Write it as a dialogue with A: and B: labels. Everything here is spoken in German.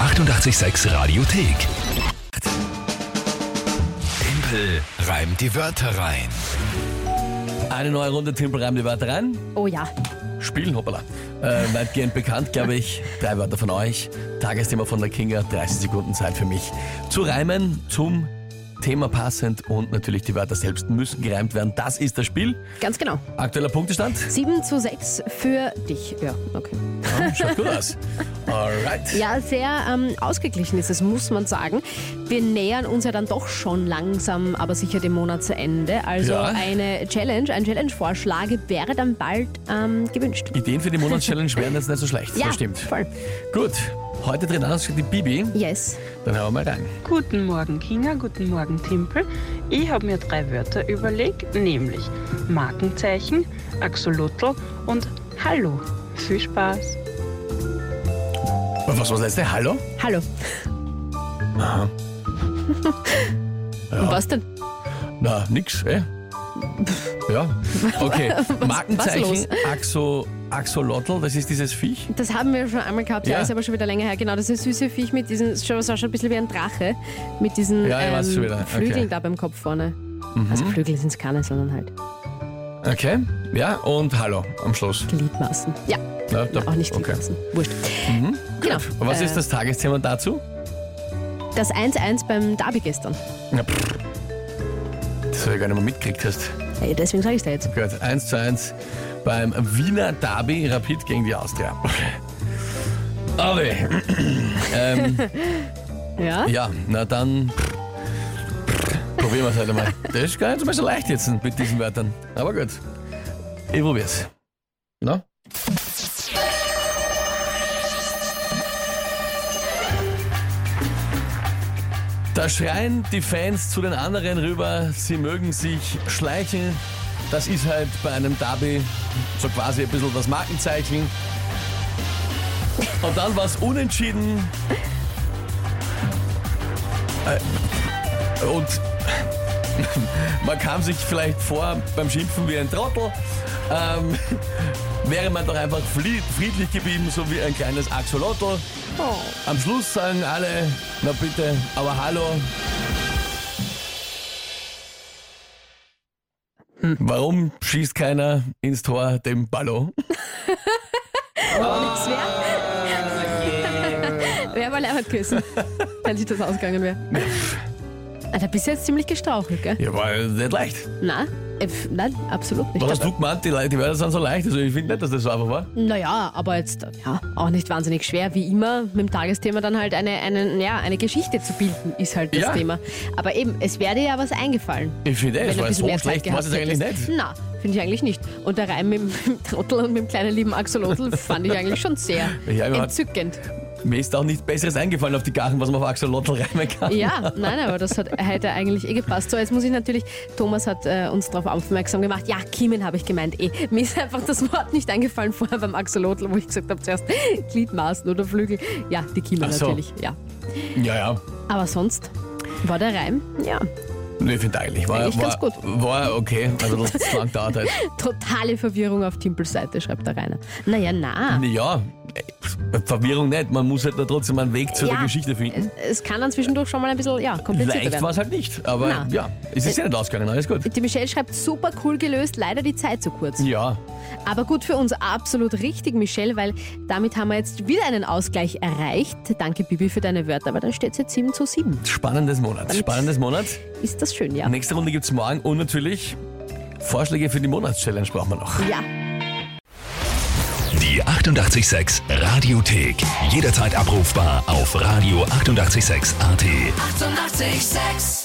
A: 886 Radiothek. Tempel reimt die Wörter rein.
B: Eine neue Runde Timpel reimt die Wörter rein.
C: Oh ja.
B: Spielen, hoppala. Äh, weitgehend bekannt, glaube ich. Drei Wörter von euch. Tagesthema von der Kinga. 30 Sekunden Zeit für mich. Zu reimen, zum Thema passend und natürlich die Wörter selbst müssen gereimt werden. Das ist das Spiel.
C: Ganz genau.
B: Aktueller Punktestand.
C: 7 zu 6 für dich. Ja, okay.
B: Ja, schaut gut aus. Alright.
C: Ja, sehr ähm, ausgeglichen ist es, muss man sagen. Wir nähern uns ja dann doch schon langsam, aber sicher dem Monatsende. Also
B: Ja.
C: eine Challenge, ein Challenge-Vorschlag wäre dann bald ähm, gewünscht.
B: Ideen für die Monatschallenge wären jetzt nicht so schlecht.
C: ja,
B: das stimmt.
C: voll.
B: Gut. Heute drin hast du die Bibi.
C: Yes.
B: Dann hören wir mal rein.
D: Guten Morgen, Kinga, guten Morgen, Timpel. Ich habe mir drei Wörter überlegt, nämlich Markenzeichen, Axolotl und Hallo. Viel Spaß.
B: Was was war das letzte? Hallo?
C: Hallo. Aha. Und was denn?
B: Na, nix, eh? Ja. Okay. Markenzeichen
C: was
B: Axo, Axolotl, das ist dieses Viech.
C: Das haben wir schon einmal gehabt, ja.
B: Ja.
C: ist aber schon wieder länger her. Genau, das ist ein süße Viech mit diesen, schon, das schaut schon ein bisschen wie ein Drache, mit diesen
B: Ja, ich weiß schon wieder.
C: ähm, Flügeln
B: Okay. Mhm.
C: da beim Kopf vorne. Also Flügel sind es keine, sondern halt
B: Okay. Ja, und Hallo am Schluss.
C: Gliedmaßen. Ja,
B: Na, da-
C: auch nicht
B: okay.
C: Gliedmaßen. Wurscht. Genau.
B: Und was
C: Äh,
B: ist das Tagesthema dazu?
C: Das 1-1 beim Derby gestern.
B: Na, pff. Das habe ich gar nicht mehr mitgekriegt hast.
C: Hey, deswegen sage ich es dir jetzt.
B: Gut, 1 zu 1 beim Wiener Derby Rapid gegen die Austria. Aber ähm,
C: Ja?
B: ja, na dann probieren wir es halt einmal. Das ist gar nicht so mal so leicht jetzt mit diesen Wörtern. Aber gut, ich probier's. Na? Da schreien die Fans zu den anderen rüber, sie mögen sich schleichen. Das ist halt bei einem Derby so quasi ein bisschen das Markenzeichen. Und dann war es unentschieden. Äh, Und man kam sich vielleicht vor beim Schimpfen wie ein Trottel. Ähm, wäre man doch einfach flie- friedlich geblieben, so wie ein kleines Axolotl. Am Schluss sagen alle, na bitte, aber hallo.
C: Hm.
B: Warum schießt keiner ins Tor den Ballo?
C: Nichts wert. Wer mal Lehrer küssen, wenn sich das ausgegangen wäre. Ah, da bist du jetzt ziemlich gestauchelt, gell?
B: Ja, war nicht leicht.
C: Na, äh, pf, nein, absolut nicht.
B: Was hast du gemeint? Die, Le- die Wörter sind so leicht. Also ich finde nicht, dass das so einfach war.
C: Naja, aber jetzt ja, auch nicht wahnsinnig schwer, wie immer mit dem Tagesthema dann halt eine, eine, ja, eine Geschichte zu bilden, ist halt das
B: Ja.
C: Thema. Aber eben, es wäre dir ja was eingefallen.
B: Ich finde,
C: wenn
B: es
C: du ein
B: war
C: bisschen
B: so
C: mehr Zeit
B: schlecht, war es
C: gehabt
B: eigentlich
C: hättest.
B: nicht.
C: Na, finde ich eigentlich nicht. Und der Reim mit dem Trottel und mit dem kleinen lieben Axolotl fand ich eigentlich schon sehr
B: Ja, aber-
C: entzückend.
B: Mir ist auch nichts Besseres eingefallen auf die Gachen, was man auf Axolotl reimen kann.
C: Ja, nein, aber das hat hätte eigentlich eh gepasst. So, jetzt muss ich natürlich, Thomas hat äh, uns darauf aufmerksam gemacht. Ja, Kiemen habe ich gemeint. Eh, mir ist einfach das Wort nicht eingefallen vorher beim Axolotl, wo ich gesagt habe zuerst Gliedmaßen oder Flügel. Ja, die Kiemen
B: Ach so.
C: natürlich. Ja,
B: ja. ja.
C: aber sonst war der Reim ja
B: Nee, ich finde eigentlich. War,
C: Eigentlich
B: war,
C: ganz gut.
B: War okay. Also das zu lang dauert halt.
C: totale Verwirrung auf Timpels Seite, schreibt der Rainer. Naja, na.
B: Ja, äh, Verwirrung nicht. Man muss halt da trotzdem einen Weg zu
C: Ja.
B: der Geschichte finden.
C: Es kann dann zwischendurch schon mal ein bisschen ja, komplizierter
B: Leicht war
C: werden.
B: es halt nicht. Aber
C: Na.
B: ja, es ist ja nicht ausgegangen. Alles gut.
C: Die Michelle schreibt, super cool gelöst, leider die Zeit zu kurz.
B: Ja,
C: Aber gut für uns, absolut richtig, Michelle, weil damit haben wir jetzt wieder einen Ausgleich erreicht. Danke, Bibi, für deine Wörter, aber dann steht es jetzt 7 zu 7.
B: spannendes Monat. Spannendes Monat.
C: Ist das schön, ja?
B: Nächste Runde gibt's morgen und natürlich Vorschläge für die Monatschallenge brauchen wir noch.
C: Ja.
A: Die 886 Radiothek. Jederzeit abrufbar auf radio886.at. 886! 886.
E: 886